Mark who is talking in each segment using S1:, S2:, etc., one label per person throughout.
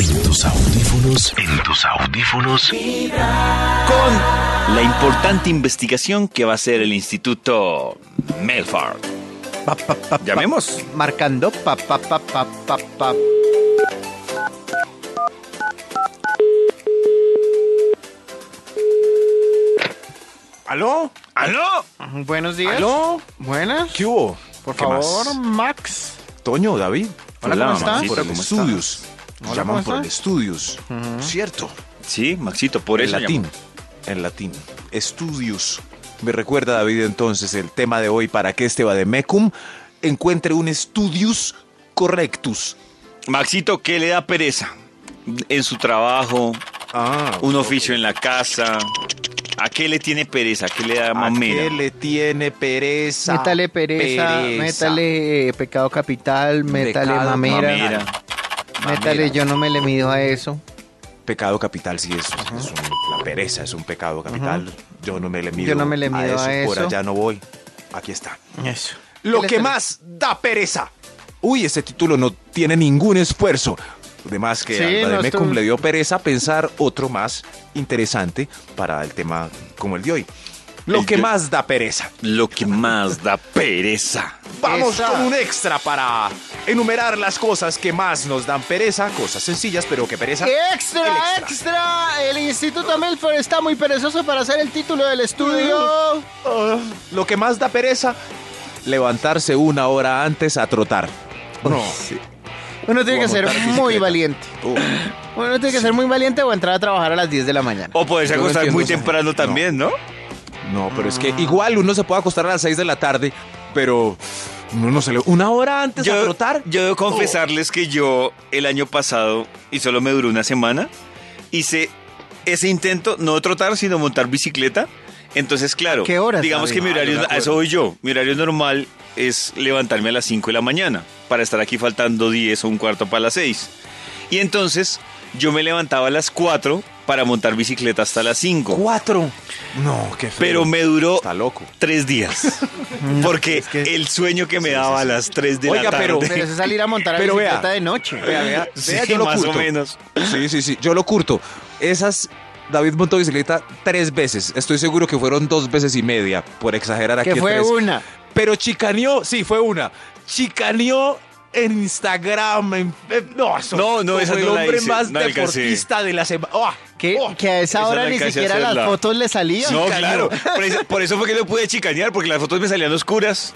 S1: En tus audífonos, en tus audífonos.
S2: Con la importante investigación que va a hacer el Instituto Melford.
S3: Pa, pa, pa, pa.
S2: Llamemos.
S3: Marcando pa pa pa pa pa pa.
S4: ¿Aló?
S2: ¡Aló!
S3: Buenos días.
S4: ¿Aló?
S3: Buenas.
S4: ¿Qué hubo?
S3: Por
S2: ¿Qué
S3: favor,
S2: más?
S3: Max.
S4: Toño, David.
S3: Hola,
S2: Hola,
S3: ¿cómo estás?
S2: mamacita,
S4: por el
S2: ¿cómo
S4: estudios.
S3: Hola,
S4: Llaman
S3: ¿cómo
S4: por el
S3: estás?
S4: estudios. Cierto.
S2: Sí, Maxito, por
S4: en
S2: eso
S4: latín.
S2: llamó.
S4: En latín. Estudios. Me recuerda, David, entonces el tema de hoy para que este Vademecum encuentre un estudius correctus.
S2: Maxito, ¿qué le da pereza? En su trabajo,
S4: Ah,
S2: un oficio en la casa. ¿A qué le tiene pereza? ¿A qué le da
S3: ah,
S4: ¿A
S2: mamera?
S4: qué le tiene pereza?
S3: Métale pereza, métale eh, pecado capital, métale
S4: Pecado
S3: mamera,
S2: Mamera.
S3: métale
S4: Mamera.
S3: yo no me le mido a eso.
S4: Pecado capital, sí, es, es un- la pereza es un pecado capital. Yo no me le mido,
S3: Yo no me le mido a
S4: Por
S3: eso.
S4: allá no voy. Aquí está.
S3: Eso.
S4: Lo
S3: ¿Qué le
S4: que
S3: sale?
S4: más da pereza. Uy, ese título no tiene ningún esfuerzo. Además que
S3: Sí,
S4: Alba de
S3: no
S4: Mecum
S3: estuvo-
S4: le dio pereza pensar otro más interesante para el tema como el de hoy. Lo
S2: El
S4: que
S2: de-
S4: más da pereza.
S2: Lo que más da pereza.
S4: Vamos
S3: Esa.
S4: con un extra para enumerar las cosas que más nos dan pereza, cosas sencillas, pero que pereza. El
S3: Extra, extra. El Instituto Milford está muy perezoso para hacer el título del estudio.
S4: Ah, Lo que más da pereza, levantarse una hora antes a trotar. No.
S3: Uno tiene
S4: O a
S3: que ser
S4: montar
S3: muy
S4: bicicleta.
S3: valiente. Uno tiene que ser muy valiente o entrar a trabajar a las 10 de la mañana.
S4: Oh,
S2: O poderse
S4: Yo no
S2: acostar
S4: entiendo
S2: muy
S4: eso.
S2: temprano
S4: No.
S2: también, ¿no?
S4: No, pero
S2: Ah.
S4: es que igual uno se puede acostar a las 6 de la tarde, pero uno no se le... Una hora antes a trotar. Oh.
S2: yo debo confesarles que yo el año pasado, y solo me duró una semana, hice ese intento, no trotar, sino montar bicicleta. Entonces, claro,
S3: ¿A qué horas,
S2: digamos que
S3: David?
S2: mi horario,
S4: Ah, yo me
S2: a eso
S4: acuerdo.
S2: voy yo, mi horario normal es levantarme a las 5 de la mañana para estar aquí faltando 10 o un cuarto para las 6. Y entonces yo me levantaba a las 4 para montar bicicleta hasta las 5.
S4: Cuatro. No, qué feo.
S2: Pero me duró
S4: Está loco.
S2: tres días. Porque
S3: es que-
S2: el sueño que me daba a las 3 de la
S4: Oiga,
S2: tarde.
S4: pero-
S3: Pero eso es salir a montar a
S4: Pero vea.
S3: bicicleta de noche.
S4: Vea, vea,
S2: Sí,
S4: vea, yo lo
S2: más o
S4: curto.
S2: menos.
S4: Sí, sí, sí, yo lo curto. Esas... David montó bicicleta tres veces. Estoy seguro que fueron dos veces y media, por exagerar aquí.
S3: Que fue
S4: tres.
S3: una.
S4: Pero chicaneó, sí, fue una. Chicaneó en Instagram. en- eh, no, eso-
S2: No, no,
S4: como
S2: esa
S4: el
S2: no la
S4: hombre
S2: hice,
S4: más
S2: no alcancé.
S4: deportista de la ¡Oh! semana.
S3: Que, que a esa
S2: esa
S3: hora
S2: no
S3: ni
S2: alcancé a
S3: siquiera las
S2: hacerla.
S3: fotos le salían.
S2: No,
S3: Cayó.
S2: claro. Por eso, por eso fue que no pude chicanear, porque las fotos me salían oscuras.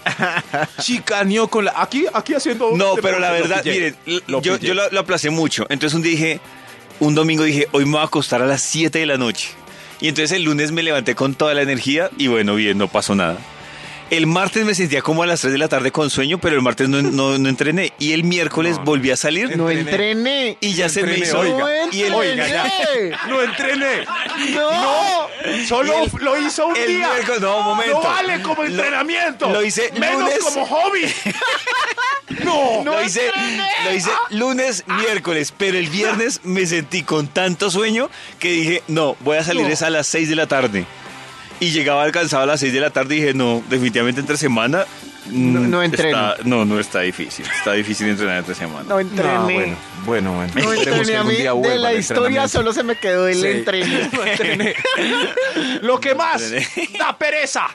S4: Chicaneó con la. Aquí, aquí haciendo.
S2: No,
S4: deporte,
S2: pero la
S4: lo
S2: verdad,
S4: pillé,
S2: miren, l-
S4: lo
S2: yo,
S4: pillé.
S2: yo lo, lo aplacé mucho. Entonces un día dije, un domingo dije, hoy me voy a acostar a las 7 de la noche. Y entonces el lunes me levanté con toda la energía y bueno, bien, no pasó nada. El martes me sentía como a las 3 de la tarde con sueño, pero el martes no, no- no entrené. Y el miércoles volví a salir
S3: No
S4: Entrené.
S3: entrené.
S2: y ya se me
S4: entrené,
S2: hizo.
S4: oiga.
S3: No
S2: Eh, y el,
S3: entrené.
S4: Lo entrené.
S3: No.
S4: Solo
S2: Y el-
S4: lo hizo un
S2: el
S4: día.
S2: miércoles- no, un momento.
S4: vale como
S2: Lo-
S4: entrenamiento.
S2: lo hice
S4: menos
S2: lunes.
S4: como hobby. no.
S2: lo, hice, lo hice lunes, miércoles, pero el viernes me sentí con tanto sueño que dije, no, voy a salir
S3: No.
S2: es a las 6 de la tarde. Y llegaba alcanzado a las 6 de la tarde y dije, no, definitivamente entre semana... mm,
S3: No- no entreno.
S2: está- no, no está difícil. Está difícil entrenar entre semana.
S3: No entrené.
S4: No, bueno, bueno, bueno.
S3: No
S4: Esperemos que
S3: entrené a
S4: algún
S3: mí.
S4: día
S3: De
S4: vuelva
S3: la
S4: el
S3: historia
S4: entrenamiento.
S3: solo se me quedó el
S4: Sí.
S3: entrené.
S4: Lo que más
S2: Entrené.
S4: da pereza.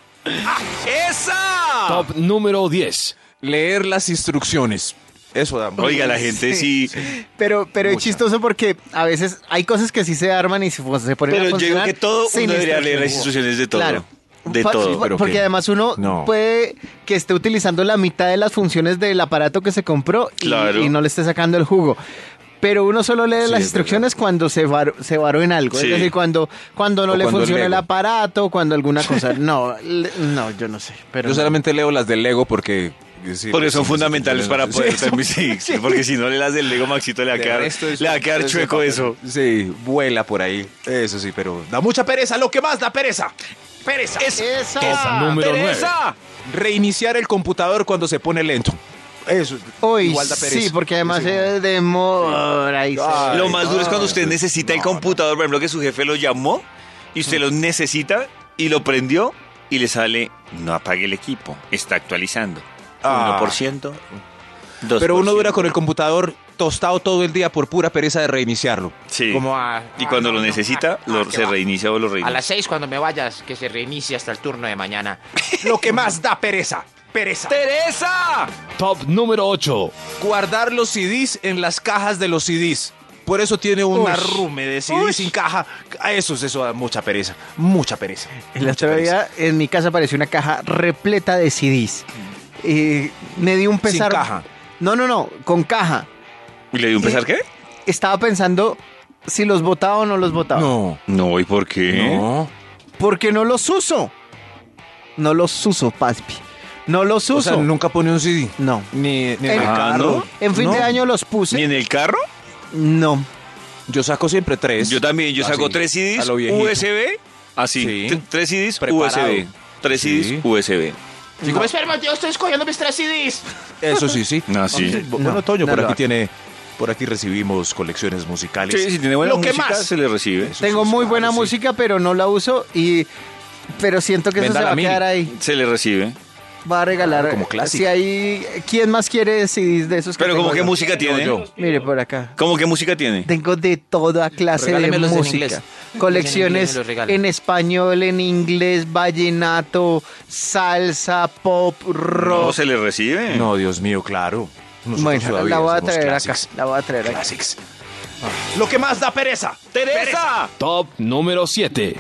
S4: Ah, ¡Esa!
S1: Top número 10.
S4: Leer las instrucciones. Eso da
S2: Oiga, la gente sí...
S3: Pero, pero es
S4: Mucha.
S3: chistoso porque a veces hay cosas que sí se arman y se, pues, se ponen a
S2: Pero yo digo
S3: funcionar.
S2: que todo
S3: sin
S2: uno debería leer las
S3: instrucciones.
S2: instrucciones de todo.
S3: Claro.
S2: De
S3: Pa-
S2: todo.
S3: pa-
S4: pero
S3: porque
S4: ¿qué?
S3: además uno
S4: No.
S3: puede que esté utilizando la mitad de las funciones del aparato que se compró y,
S2: Claro.
S3: y no le esté sacando el jugo. Pero uno solo lee
S4: es
S3: las
S4: verdad.
S3: instrucciones cuando se, var- se varó en algo.
S2: Sí.
S3: Es decir, cuando, cuando no
S4: O
S3: le
S4: cuando el
S3: funciona el
S4: Lego.
S3: aparato, cuando alguna cosa. No, le- no, yo no sé. Pero
S4: Yo
S3: no.
S4: solamente leo las del Lego porque... sí,
S2: Porque
S4: pues,
S2: son
S4: sí,
S2: fundamentales
S4: sí,
S2: para
S4: sí,
S2: poder
S4: sí,
S2: terminar. Sí, sí, porque si no le das el Lego Maxito le va a
S4: De
S2: quedar,
S4: resto es-
S2: le va a quedar
S4: es de
S2: chueco
S4: papel.
S2: eso.
S4: Sí, vuela por ahí. Eso sí, pero da mucha pereza. Lo que más da pereza. Pereza.
S2: Es-
S3: Esa.
S1: Top número 9.
S4: pereza. Reiniciar el computador cuando se pone lento. Eso.
S3: Hoy
S4: igual da pereza.
S3: sí, porque además
S4: Sí.
S3: se demora y se-
S4: Ay,
S2: Lo más duro es cuando usted
S4: no,
S2: necesita el
S4: no,
S2: computador, por ejemplo, que su jefe lo llamó y usted lo necesita y lo prendió y le sale, no apague el equipo, está actualizando.
S4: Ah.
S2: 1%, 2%.
S4: Pero uno dura con el computador tostado todo el día por pura pereza de reiniciarlo.
S2: Sí.
S4: Como a-
S2: y cuando
S5: Ah,
S2: lo
S5: no, no,
S2: necesita,
S5: ah,
S2: lo-
S5: ah, que
S2: se
S5: va.
S2: reinicia o lo reinicia.
S5: A las seis cuando me vayas, que se reinicie hasta el turno de mañana.
S4: Lo que más da pereza. Pereza.
S2: ¡Teresa!
S1: Top número 8.
S4: Guardar los CDs en las cajas de los CDs. Por eso tiene un
S3: Ush.
S4: arrume de CDs sin caja. A eso eso da mucha pereza. Mucha pereza.
S3: El otro
S4: Mucha
S3: día en mi casa apareció una caja repleta de CDs. Y me dio un pesar.
S4: caja.
S3: No, no, no, con caja.
S2: ¿Y le dio un pesar qué?
S3: Estaba pensando si los botaba o no los botaba.
S4: No.
S2: No, ¿y por qué?
S4: No.
S3: Porque no los uso. No los uso, Paspi. No los uso.
S4: O sea, nunca pone un CD.
S3: No.
S4: Ni, ni
S3: En-
S4: el
S2: Ah,
S4: carro.
S2: ¿no?
S3: En fin
S4: No.
S3: de año los puse.
S2: ¿Ni en el carro?
S3: No.
S4: Yo saco siempre tres.
S2: Yo también, yo saco
S4: Así,
S2: tres
S4: a
S2: CDs
S4: lo viejito.
S2: USB. Así.
S4: Sí.
S2: Ah, t- Tres CDs
S4: Preparado.
S2: USB. Tres
S4: Sí.
S2: CDs USB.
S5: Digo, espérame, yo estoy escogiendo mis tres CDs.
S4: Eso sí, sí.
S2: Así.
S4: Sí, bu-
S3: No,
S4: bueno, Toño, por
S3: nada.
S4: aquí tiene. Por aquí recibimos colecciones musicales.
S2: Sí, si tiene buena
S4: Lo que
S2: música,
S4: más.
S2: se le recibe.
S4: Eso
S3: Tengo
S4: sí,
S3: muy
S4: claro,
S3: buena
S4: sí.
S3: música, pero no la uso y... Pero siento que eso
S4: Venda
S3: se
S4: la
S3: va a
S4: mini.
S3: quedar ahí.
S2: Se le recibe.
S3: Va a regalar.
S4: Claro, Ah, como clásico.
S3: Si hay... ¿Quién más quiere CDs de esos que
S2: Pero
S3: tengo
S2: ¿cómo qué
S3: yo?
S2: música tiene?
S4: yo.
S3: Mire por acá.
S2: ¿Cómo qué música tiene?
S3: Tengo de toda clase de
S5: Regálemelos en
S3: música.
S5: inglés.
S3: Colecciones
S5: En inglés me los
S3: en,
S5: regala.
S3: español, en inglés, vallenato, salsa, pop,
S2: No
S3: rock.
S2: se le recibe.
S4: No, Dios mío, claro. Nosotros
S3: bueno,
S4: todavía
S3: la voy a
S4: somos
S3: traer acá.
S4: classics.
S3: La voy a traer acá.
S4: Classics. Lo que más da pereza. ¡Teresa!
S1: Top número 7.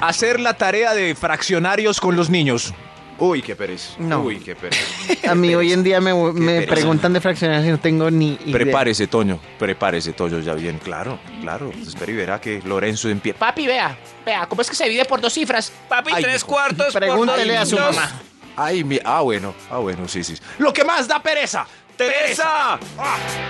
S4: Hacer la tarea de fraccionarios con los niños. Uy, qué pereza.
S3: No.
S4: Uy, qué pereza.
S3: A mí hoy en día me, me
S4: pereza.
S3: preguntan de fraccionarios y no tengo ni idea.
S4: Prepárese, Toño. Prepárese, Toño, ya bien. Claro, claro. Espera y verá que Lorenzo empieza.
S5: Papi, vea, vea, ¿cómo es que se divide por dos cifras? Papi,
S4: Ay,
S5: tres
S4: hijo.
S5: cuartos. por
S3: Pregúntele
S5: dos
S3: a su
S5: dos.
S3: mamá.
S4: Ay, mi. Ah, bueno. Ah, bueno, sí, sí. Lo que más da pereza. ¡Teresa!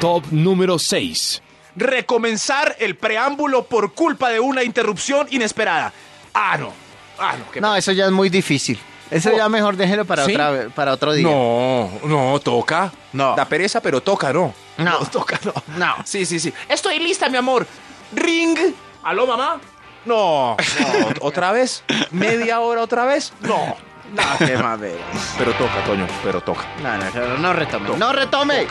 S1: Top número 6.
S4: Recomenzar el preámbulo por culpa de una interrupción inesperada. Ah, no. Ah, no. qué
S3: No, eso ya es muy difícil. Eso
S4: Oh.
S3: ya mejor déjelo para,
S4: ¿Sí?
S3: otra vez- para otro día.
S4: No, no, toca. No. Da pereza, pero toca, no.
S5: No.
S4: toca, no.
S5: No.
S4: Sí, sí, sí.
S5: Estoy lista, mi amor. Ring. ¿Aló, mamá?
S4: No. no. ¿Otra vez? ¿Media hora otra vez? No.
S5: No, qué madre.
S4: Pero toca, Toño, pero toca.
S5: No, no, no, no retome.
S3: ¡No retome!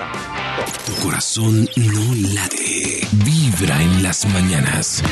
S6: Tu corazón no late. Vibra en las mañanas.